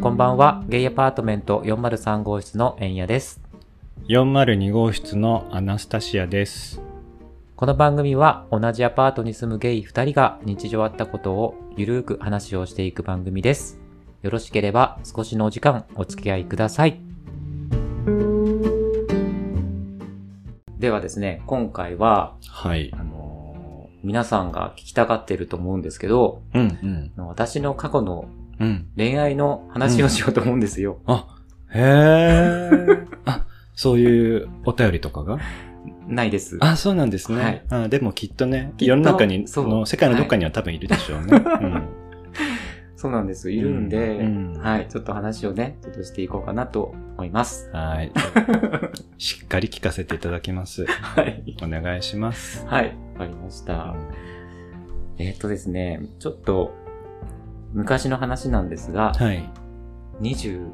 こんばんは。ゲイアパートメント403号室の円谷です。 402号室のアナスタシアです。この番組は同じアパートに住むゲイ2人が日常あったことをゆるーく話をしていく番組です。よろしければ少しのお時間お付き合いください。ではですね、今回は、はい。あのー皆さんが聞きたがってると思うんですけど、うんうんあの私の過去のうん。恋愛の話をしようと思うんですよ。へ え。あ、そういうお便りとかがないです。あ、そうなんですね。はいあでもきっとね、きっと世の中に、そうの世界のどっかには多分いるでしょうね。そうなんです。いるんで、うんはい、ちょっと話をね、ちょっとしていこうかなと思いますう。ん、はい。しっかり聞かせていただきます。はい。お願いします。はい、わかりましうた。んえーっとですね、ちょっと、昔の話なんですが、はい。 28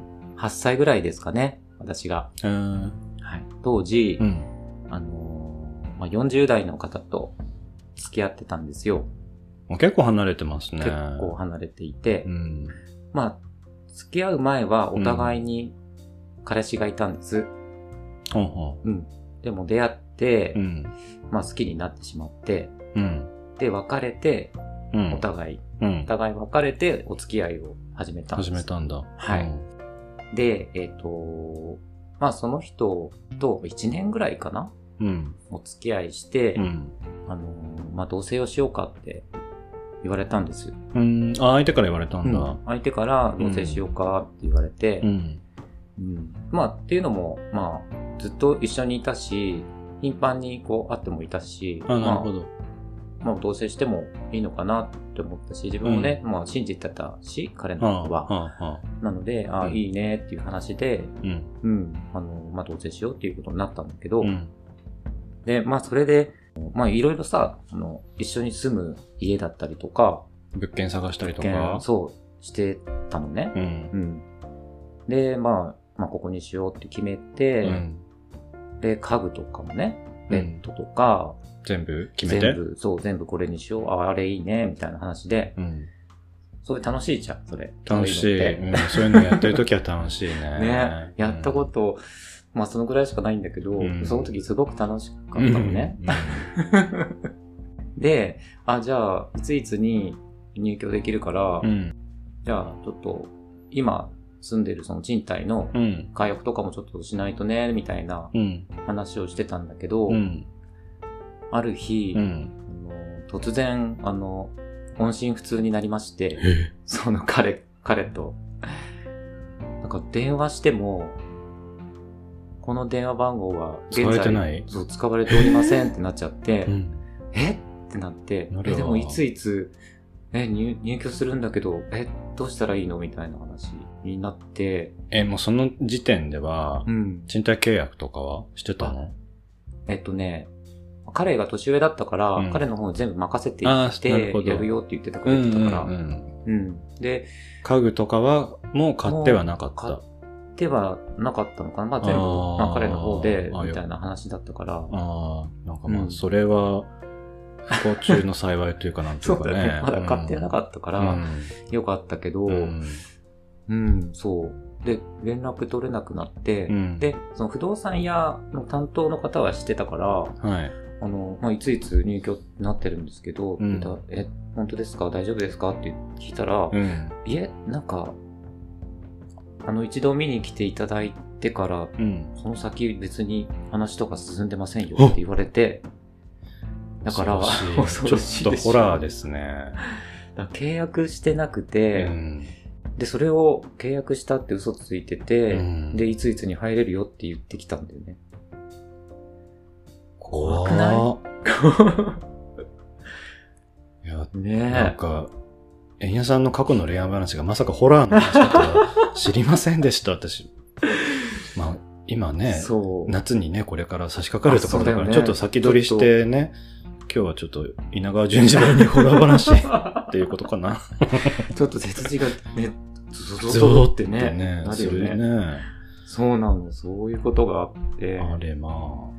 歳ぐらいですかね、私が。うん。はい、当時、うん。あのーまあ、40代の方と付き合ってたんですよ。もう結構離れてますね。結構離れていて、うん。まあ、付き合う前はお互いに彼氏がいたんです。ほんほでも出会って、ん。うん。まあ好きになってしまって、うん。で、別れて、うん。お互い、うんお。互い別れて、お付き合いを始めたんです。始めたんだ。はいで、えっ、と、まあその人と1年ぐらいかなうん。お付き合いして、うん。あのー、まあ同棲をしようかって言われたんです。うん。あ、相手から言われたんだ。うん相手から同棲しようかって言われて、うん。うんまあっていうのも、まあずっと一緒にいたし、頻繁にこう会ってもいたし、あ、なるほど。まあ、同棲してもいいのかなって思ったし、自分もね、まあ、信じてたし、彼のはこあ、とはは。あ、はあ。なので、ああ、うんいいねっていう話で、うん。うん、あの、まあ、同棲しようっていうことになったんだけど、うん。で、まあ、それで、まあ、いろいろさ、あの、一緒に住む家だったりとか、物件探したりと物か件。そう、してたのねう。ん。うん。で、まあ、まあ、ここにしようって決めうて、ん。で、家具とかもね、うベッんドとか、全部決めて全。部、そう、全部これにしよう、ああれいいね、みたいな話で、うん。それ楽しいじゃん、それ。楽しそうい。いうのってうん。そういうのやってるときは楽しいね。 ね、やったこと、まあそのぐらいしかないんだけど、うんその時すごく楽しかったうんのね。。で、あ、じゃあ、いついつに入居できるから、うん。じゃあ、ちょっと、今住んでるその賃貸のうん。解約とかもちょっとしないとね、みたいなうん。話をしてたんだけど、うん。ある日、うん。あの突然、あの、音信不通になりまして、えその彼、彼と。なんか電話しても、この電話番号は使われてないそう使われておりませんってなっちゃってう、ん。えってなって、なるえ、わでもいついつ、え、入入居するんだけど、え、どうしたらいいのみたいな話になって、え、もうその時点ではう、ん。賃貸契約とかはしてたのえっとね、彼が年上だったから、うん彼の方に全部任せてあいーって、なるほどやるよって言ってたくうれんてたうんかうら、うんん。で、家具とかは、もう買ってはなかっ。買ったてはなかったのかな。まあ全部、あーまあ彼の方で、あよみたいな話だったから、ああ、なんかまうあ、んそれは、不幸中の幸いというかなんてい そううかだね。ね。まだ買ってなかったかたら、よかったけど、ううん、ん。そう。で、連絡取れなくなって、うんで、その不動産屋の担当の方は知ってたから、はい。あの、まあ、いついつ入居になってるんですけど、うんって言ったらえ、本当ですか大丈夫ですかって聞いたら、うん。いえ、なんか、あの、一度見に来ていただいてから、うん。その先別に話とか進んでませんよおって言われて、だから、 恐ろしいちょっとホラーですね。だから契約してなくて、うんで、それを契約したって嘘ついてて、うんで、いついつに入れるよって言ってきたんだよ ね。怖怖くないっいや、なねんか、えんやさんの過去の恋愛話がまさかホラーの話だとは知りませんでした、私。まあ、今え。ね、そう。夏にね、これから差し掛かるところだあから、そうだちよょねっと先取りしてね、今日はちょっと稲川淳二郎にホラー話っていうこと かな。ちょっと背筋がね、ゾゾゾゾゾーっっててね、ね、なするよねるね。そうなの、そういうことがあって、あれま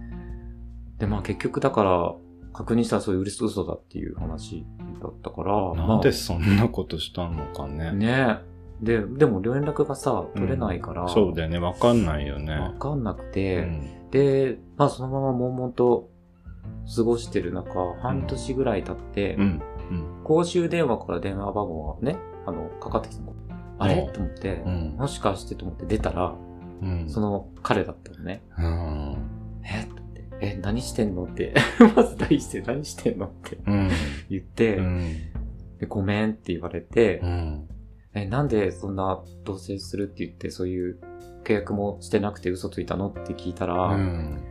で、まあ結局だから、確認したらそういう嘘だっていう話だったから、あ、なんでまそんなことしたのかね。あ、ねえ、で、でも連絡がさ、取れないから、そうだよね。わかんないよわね。かんなくうて、ん。で、まあそのまま悶々と過ごしてる中、半年ぐらい経って、うん。公衆電話から電話番号がね、あの、かかってきたの。あれうんと思って、うん。もしかしてと思って出たら、うん。その彼だったのね。うん。えっと思ってえ、何してんのって、 まず第一声何してんのってうん。言って、うん。でごめんって言われて、うん。え、なんでそんな同棲するって言って、そういう契約もしてなくて嘘ついたのって聞いたら、うん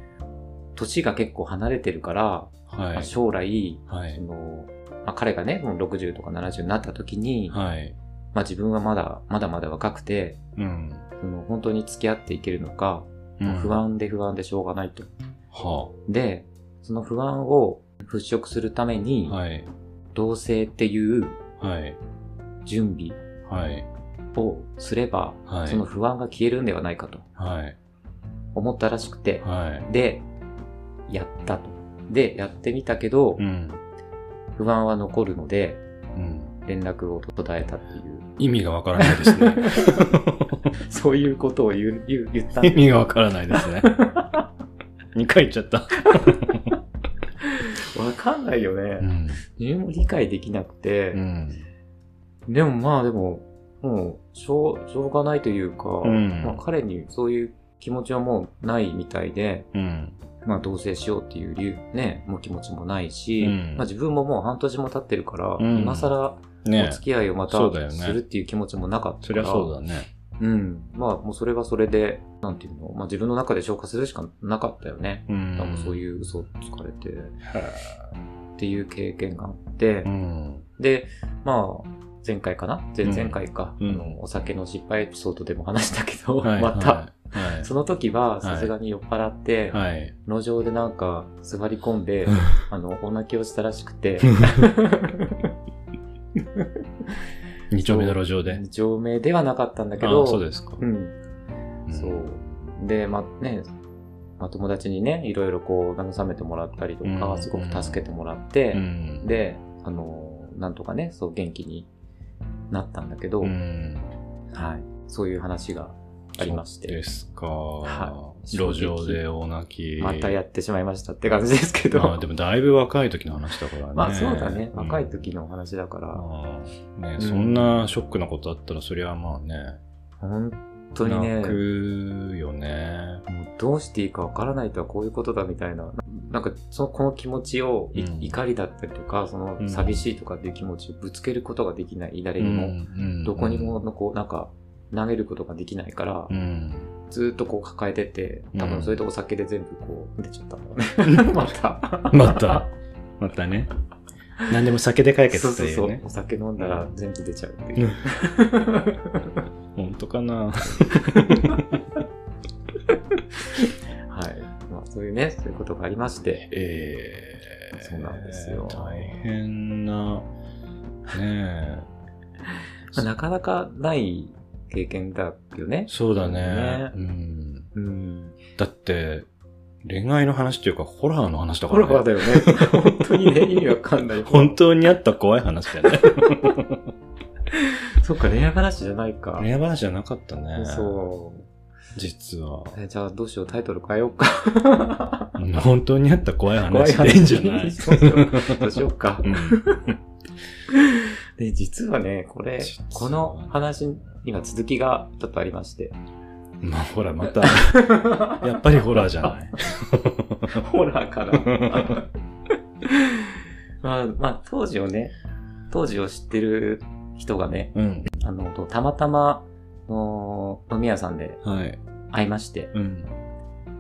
年が結構離れてるから、はまあい。将来、はそい。の、まあ、彼がね、もう60とか70になった時に、はい。まあ自分はまだ、まだまだ若くて、うん。その本当に付き合っていけるのか、うん不。安で不安でしょうがないと。はで、その不安を払拭するためあ。に、はい。同棲っていうはい。準備はい。をすれば、はいその不安が消えるんではないかとはい。思ったらしくて、はい。で、やったと。で、やってみたけど、うん。不安は残るので、うん。連絡を途絶えたっていう、意味がわからないですね。 そういうことを言う言う言 ったん意です味がわからないで すね。2回言っちゃった。わかんないよね。うん。自分も理解できなくて、うん。でもまあでも、もう、しょう、しょうがないというか、うんまあ彼にそういう気持ちはもうないみたいで、うん。まあ同棲しようっていう理由、ね、もう気持ちもないし、うんまあ自分ももう半年も経ってるから、うん今更おね付き合いをまたそうだよねするっていう気持ちもなかったそかりら、ゃそうだね。うん。まあもうそれはそれで、なんていうの、まあ自分の中で消化するしかなかったよね。うんだからもうそうう。いう嘘をつかれて、っはていう経験があって、あうん。で、まあ、前回かな前々回か、うんあの、お酒の失敗エピソードでも話したけど、はいまた、。はいその時は、いさすがに酔っ払って、はい。路上でなんか、座り込ん で、あの、お泣きをしたらしくて、二丁目の路上で。二丁目ではなかったんだけあど、あそうですか。うん、そう。で、まあね、まあ、友達にね、いろいろこう、慰めてもらったりとか、うんすごく助けてもらって、うん。で、あの、なんとかね、そう、元気になったんだけど、うん。はい。そういう話がありましそうでて。すか。はい路上で大泣き。またやってしまいましたって感じですけど。まあでもだいぶ若い時の話だからね。 まあそうだね。若いうん時のお話だから、ああね、んそんなショックなことあったら、そりゃまあね。本当にね、泣くよね。もうどうしていいかわからないとはこういうことだみたいな。なんか、その、この気持ちを、いうん怒りだったりとか、その、寂しいとかっていう気持ちをぶつけることができない、誰にも、もどこにも、のこう、なんか、投げることができないから、うん。ずっとこう抱えてて、多分それでお酒で全部こう、出ちゃったんだろううね。 また。また、またね。何でも酒で解決そうってそうそういうね。。。お酒飲んだら全部出ちゃうっていううん本当か な。はい。まあ、そういうね、そういうことがありまして。ええそうなんですよ大変な、ねまあなかなかない経験だよねえ。。そうだねね。うん、うん。だって、恋愛の話というか、ホラーの話だホからラーだね。よね。本当 にね、意味わかんない。本当にあった怖い話だよ ね。そっか、恋愛話じゃないか。恋愛話じゃなかったね。そう。実は。えじゃあ、どうしよう、タイトル変えようか。 本当にあった怖い怖い話話でいいんじゃないそうしようどうしようか。うんで、実はね、これ実は、この話には続きがちょっとありまして。まあほら、また、やっぱりホラーじゃ ない。ホラーから。まあ、まあ、当時をね、当時を知ってる人がね、うん。あの、とたまたま、あの飲み屋さんではい。会いまして、うん。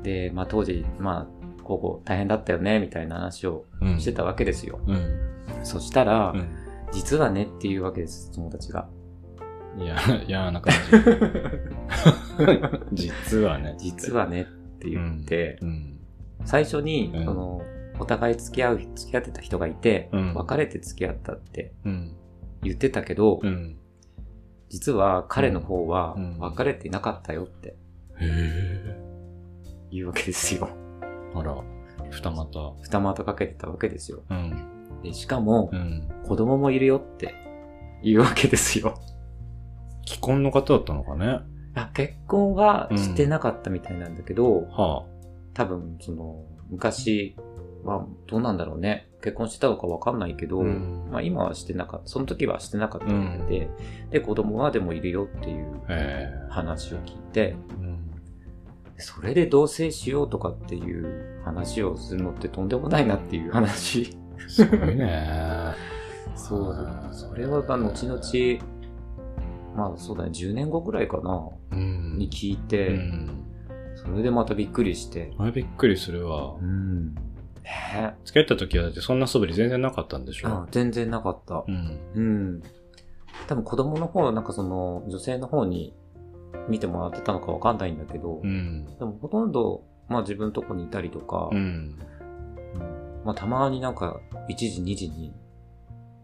で、まあ当時、まあ、高校大変だったよね、みたいな話をうん。してたわけですよ。うん。そしたら、うん。実はねっていうわけです、友達 が。いや、いや、なんか、 実はね。実はねって言って、うん。最初に、うんその、お互い付き合う、付き合ってた人がいて、うん別れて付き合ったってうん。言ってたけど、うん。実は彼の方はうん別れてなかったよってへえ。言うわけです よ。あら、二股。二股かけてたわけですよ。うん。でしかもう、ん。子供もいるよって言うわけですよ。既婚の方だったのかね。あ、結婚はしてなかったみたいなんだけど、は多分、その、昔はどうなんだろうね。結婚してたのかわかんないけど、うんまあ今はしてなかった。その時はしてなかったみたいで、で、子供はでもいるよっていうあ。え話を聞いて、えうんそれで同棲しようとかっていう話をするのってとんでもないなっていう話。すごい ね。そう。それは、まあ、後々、まあそうだね、10年後ぐらいかな、うん。に聞いて、うん。それでまたびっくりして、あれびっくりするわう。ん。ね付き合った時はだってそんな素振り全然なかったんでしえ、あょ。全然なかった。うん。うん。多分子供の方、なんかその女性の方に見てもらってたのかわかんないんだけど、うでん。もほとんど、まあ自分のとこにいたりとか、うん。まあたまになんか1時2時に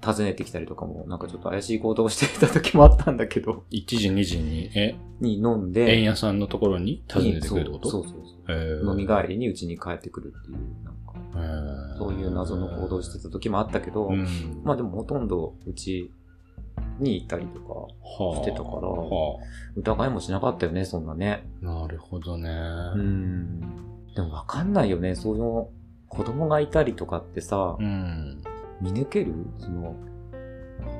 訪ねてきたりとかも、なんかちょっと怪しい行動をしていた時もあったんだけ ど、 1時、2時に、え、に飲んで、円屋さんのところに訪ねてくるってことそうそうそうそうえー飲み帰りにうちに帰ってくるっていう、なんか、えーそういう謎の行動をしてた時もあったけど、うんまあでもほとんどうちにいたりとか、はあしてたからは疑いもしなかったよね、そんなね。あなるほどね。うん。でもわかんないよね、その、子供がいたりとかってさう、ん。見抜けるその、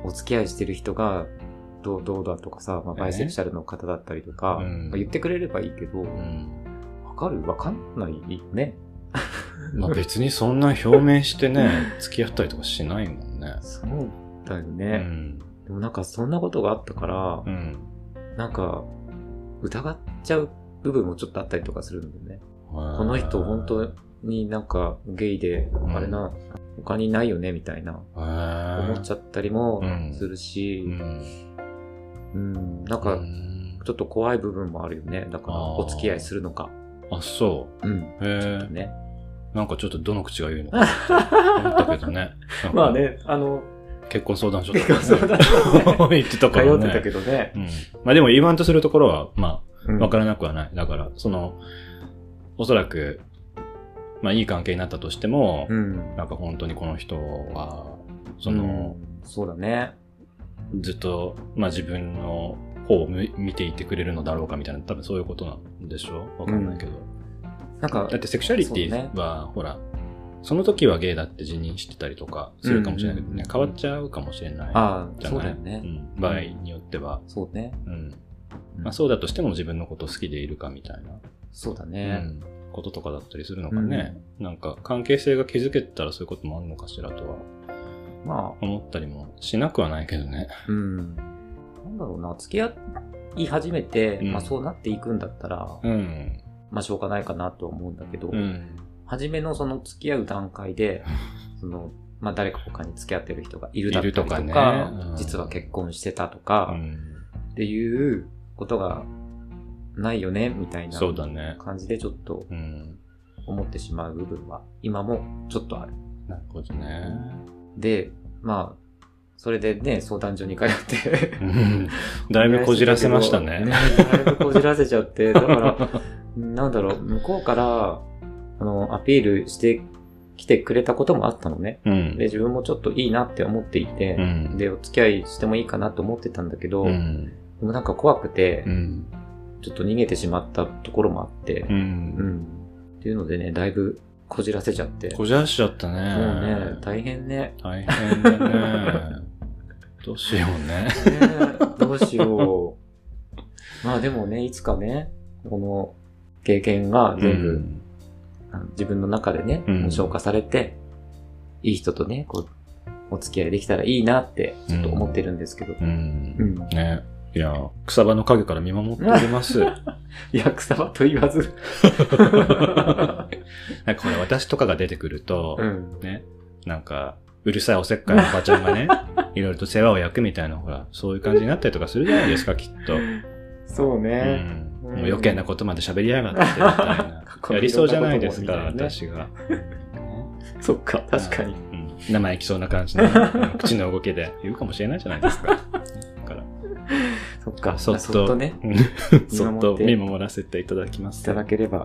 お付き合いしてる人が、どう、どうだとかさ、まあ、ねバイセクシャルの方だったりとか、うんまあ言ってくれればいいけど、うわん。かるわかんないよね。まあ別にそんな表明してね、 付き合ったりとかしないもんね。そうだようね。ん。でもなんかそんなことがあったからう、ん。なんか、疑っちゃう部分もちょっとあったりとかするんだよね。ここの人本当になんかゲイで、んあれな、他にないよねみたいな思思っちゃったりもうんするうし、ん。うん、なんかうんちょっと怖い部分もあるよね。だからあーお付き合いするのか。あ、そうん。う。へえ。ね。なんかちょっとどの口が言うのか思ったけどね。 なんかまあ。ね、あの、結婚相談所と結か。構そうだったね 言ってた通からね。ってたけどねう。ん。まあでも言わんとするところは、まあ、うんわからなくはない。だから、その、おそらく、まあ、いい関係になったとしても、うん。なんか本当にこの人は、その、うん、そうだね。ずっと、まあ、自分の方をむ見ていてくれるのだろうかみたいな、多分そういうことなんでしょうわかんないけど。なんかだ、って、セクシャリティは、ほら、その時はゲイだって辞任してたりとかするかもしれないけどね、うん変わっちゃうかもしれない。あじあ、ゃそうなだいよね。うん場合によっては。そうね。うん。うんまあ、そうだとしても自分のこと好きでいるかみたいな。そうだうね。ん、こととかだったりするのかね、なんか関係性が築けたらそういうこともあるのかしらとはまあ、思ったりもしなくはないけどね。うん。なんだろうな、付き合い始めて、うんまあそうなっていくんだったら、うん。まあしょうがないかなと思うんだけど、うん。初めのその付き合う段階で、その、まあ誰か他に付き合ってる人がいるだったりとか、いるとかねうん実は結婚してたとうか、んっていうことがないよね、みたいなそうだね。感じでちょっとうん。思ってしまう部分は、今もちょっとある。なるほどね。で、まあ、それでね、相談所に通って、うんだいぶこじらせましたね。だいぶこじらせちゃって、だから、 なんだろう、向こうから、あの、アピールしてきてくれたこともあったのね。うんで、。自分もちょっといいなって思っていて、うんで、お付き合いしてもいいかなと思ってたんだけど、うでん。もなんか怖くてう、ん。ちょっと逃げてしまったところもあってう、。うんん。っていうのでね、だいぶこじらせちゃって、もこじらしちゃったうねね、。大変 ね。大変だ ね。どうしようね。ねどうしよう。まあでもね、いつかね、この経験が全部、うんあの自分の中でね、うん消化されて、いい人とね、こう、お付き合いできたらいいなって、ちょっと思ってるんですけど。う。うんん。ね。いや、草場の影から見守っており ます。いや、草場と言わず。なんかこれ私とかが出てくる と、ん。ね、なんか、うるさいおせっかいのおばちゃんが ね、いろいろと世話を焼くみたいな、ほら、そういう感じになったりとかするじゃないですか、きっと。そううね。ん、うもん。う余計なことまで喋りやがって、みたいな こいいやりそうじゃないですか、いろんなこともみ私が。そっか、確かに。うん、生意気そうな感じ の、うん口の動きで言うかもしれないじゃないですか。だから、そっか、そっとそっとね、うんそ見っ守とって見守らせていただきまいす。ただければ、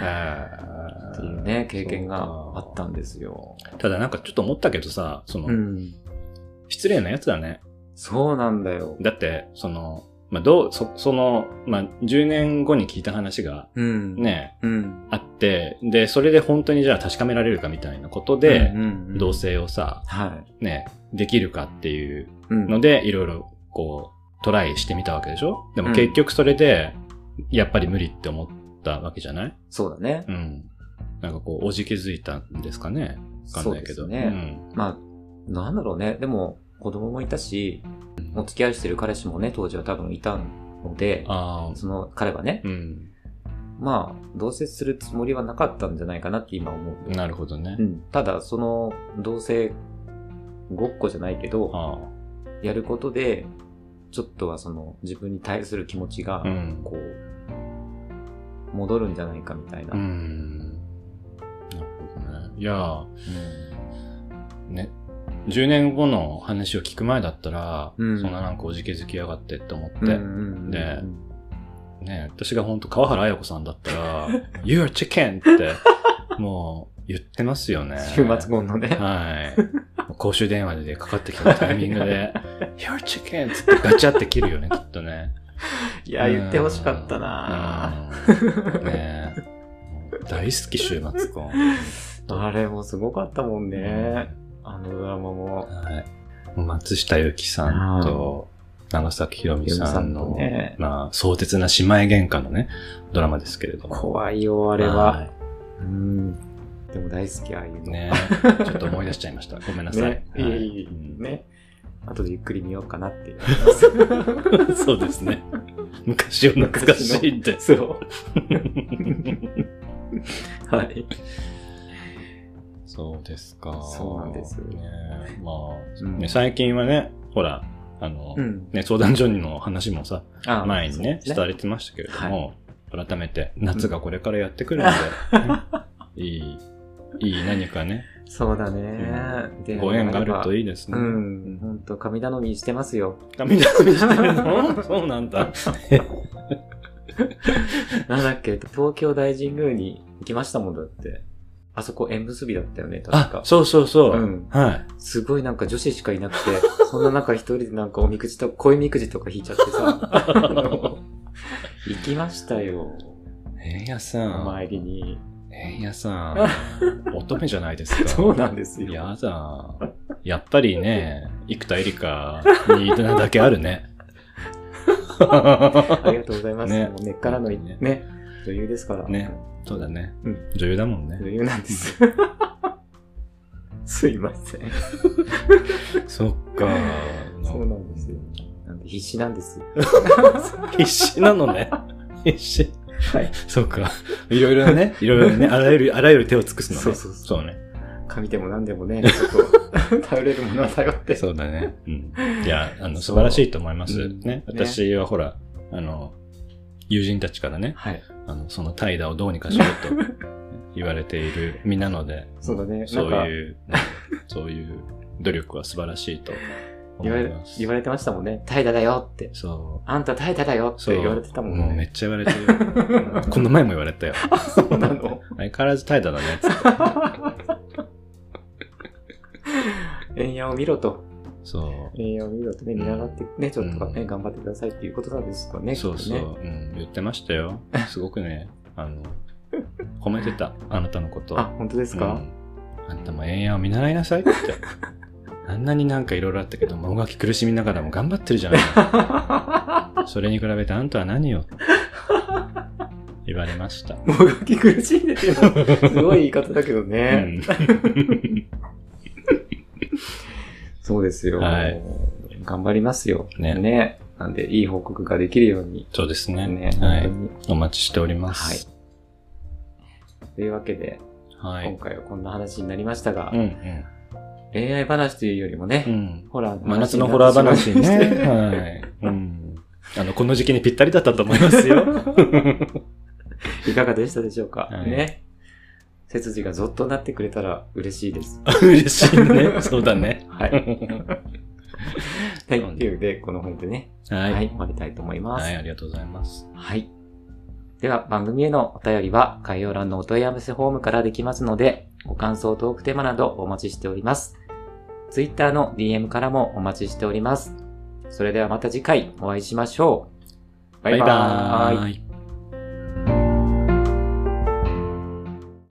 あってーいうね、経験があったそんですよう。かただなんかちょっと思ったけどさ、その、うん。失礼なやつだね。そうなんだよ。だって、その、まあ、どう、そ、その、まあ、10年後に聞いた話がうん。。ね、うん。あって、で、それで本当にじゃあ確かめられるかみたいなことで、うんうんうん同。性をさ、はい。ね、できるかっていううんので、いろいろこう、トライしてみたわけでしょでうもん結局それで、やっぱり無理って思ったわけじゃないそうだね。うん。なんかこう、おじけづいたんですかねわかんそうないでけすど。ね。まあ、なんだろうね。でも、子供もいたし、お付き合いしてる彼氏もね、当時は多分いたのでうん。、ああ、その彼はね、うん。まあ、同棲するつもりはなかったんじゃないかなって今思う。なるほどね。うん。ただ、その、同棲ごっこじゃないけど、あやることで、ちょっとはその、自分に対する気持ちがあ、う、ん。こう、戻るんじゃないかみたいな。うーん。なるほどね。いやーね、10年後の話を聞く前だったら、うんそんななんかおじけづきやがってって思って、うんうんうんでね、私が本当川原綾子さんだったら、You're a chicken! って、もう言ってますよね。週末婚のね。はい。公衆電話でかかってきたタイミング で、You're a chicken! つってガチャって切るよね、きっとね。 いや、言ってほしかったなうんね大好き、週末婚。あれもすごかったもんね。あのドラマも。はい。松下由紀さんと、長崎ひろみさんひろみさんとの、ねまあ、壮絶な姉妹喧嘩のね、ドラマですけれども。怖いよ、あれはは。い。うん。でも大好き、ああいうの。 ねちょっと思い出しちゃいました。ごめんなさい。ね。いはいいいいうんね。あとでゆっくり見ようかなって いう。 そうですね。昔を懐かしいって。そう。はい。そうですか。そうなんですねまあ、うんね最近はね、ほら、あの、うん。ね、相談所の話もさ、あ前にそね、うですされてましたけれども、改めて、夏がこれからやってくるので、いい、いい何かね、そうだね。でご縁があるといいですね。うん。ほんと、神頼みしてますよ。 涙見してるのそうなんだ。なんだっけ、東京大神宮に行きましたもんだって。あそこ縁結びだったよね、確あか、。そうそうそう。うんはすごいなんか女子しかいなくて、そんな中一人でなんかおみくじとか、恋みくじとか引いちゃってさ、 あ の行きましたよ。い。えいやさおん。参りに。えい やさん。乙女じゃないですか。そうなんですよ。やだ。やっぱりね、生田絵梨花にいただけある ね。ありがとうございます。ねもう根っからのい、ねね、女優ですから。ねそうだねうん。女優だもんね。女優なんです。 すいません。そっか。そうなんですよ。なんで必死なんです。必死な のね。必死。はい。そうか。いろいろね、いろいろね、 あらゆる、あらゆる手を尽くすのね。そうそうそうそうね。神でも何でもね、ちょっと頼れるものは頼って。そうだね。うん。いや、あの、そ素う晴らしいと思いまうす。んねね。私はほら、あの、友人たちからね、はい。あの、その怠惰をどうにかしろ と言われている身なので、そうだね。なそんうか、いう、そういう努力は素晴らしいと思言わいれます。言われてましたもんね。怠惰だよって。そあんた怠惰だよう。っそう。て言われてたもんうめね。っちゃ言われてる よ。この前も言われたよ。そうなの。相変わらず怠惰だね。 円安を見ろと。そう。円安を見ろとね、見習ってね、ちょっとね、うん頑張ってくださいっていうことなんですかね。そうそきう、っとねうん、言ってましたよ。すごくね、あの、褒めてた、あなたのこと。あ、本当ですか、うんあんたも円安を見習いなさいって。あんなになんかいろいろあったけど、もがき苦しみながらも頑張ってるじゃない。それに比べてあんたは何よ。言われました。もがき苦しんでても、すごい言い方だけどうね。ん、そうですよ、はい頑張りますよ。ねなんで、いい報告ができるように。そうですね。ね、は本い当。に。お待ちしております。というわけで、はい。今回はこんな話になりましたが、うん、うん。恋愛話というよりもね、うん。ホラーの話になってしまいました。真夏のホラー話ね。はい。うん。あの、この時期にぴったりだったと思います よ。 いかがでしたでしょうか、はいね。背筋がゾッとなってくれたら嬉しいです。嬉しいね。そうだね。 はい。 はい。というので、この辺でね、は。はいい、はい、終わりたいと思います。はい。ありがとうございます。では、番組へのお便りは概要欄のお問い合わせフォームからできますので、ご感想、トークテーマなどお待ちしております。Twitter の DM からもお待ちしております。それではまた次回お会いしましょう。バイババイバーイーイ。